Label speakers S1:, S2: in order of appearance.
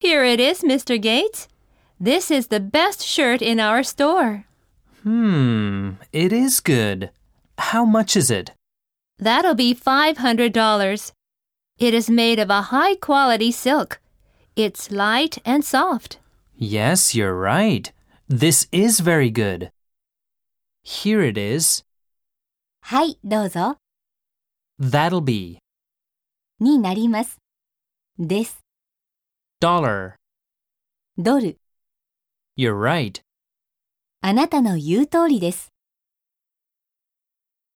S1: Here it is, Mr. Gates. This is the best shirt in our store.
S2: Hmm, it is good. How much is it?
S1: That'll be $500. It is made of a high quality silk. It's light and soft.
S2: Yes, you're right. This is very good. Here it is.
S3: はい、どうぞ。
S2: That'll be
S3: になります。です。
S2: dollar.
S3: ドル。
S2: You're right.
S3: あなたの言う通りです。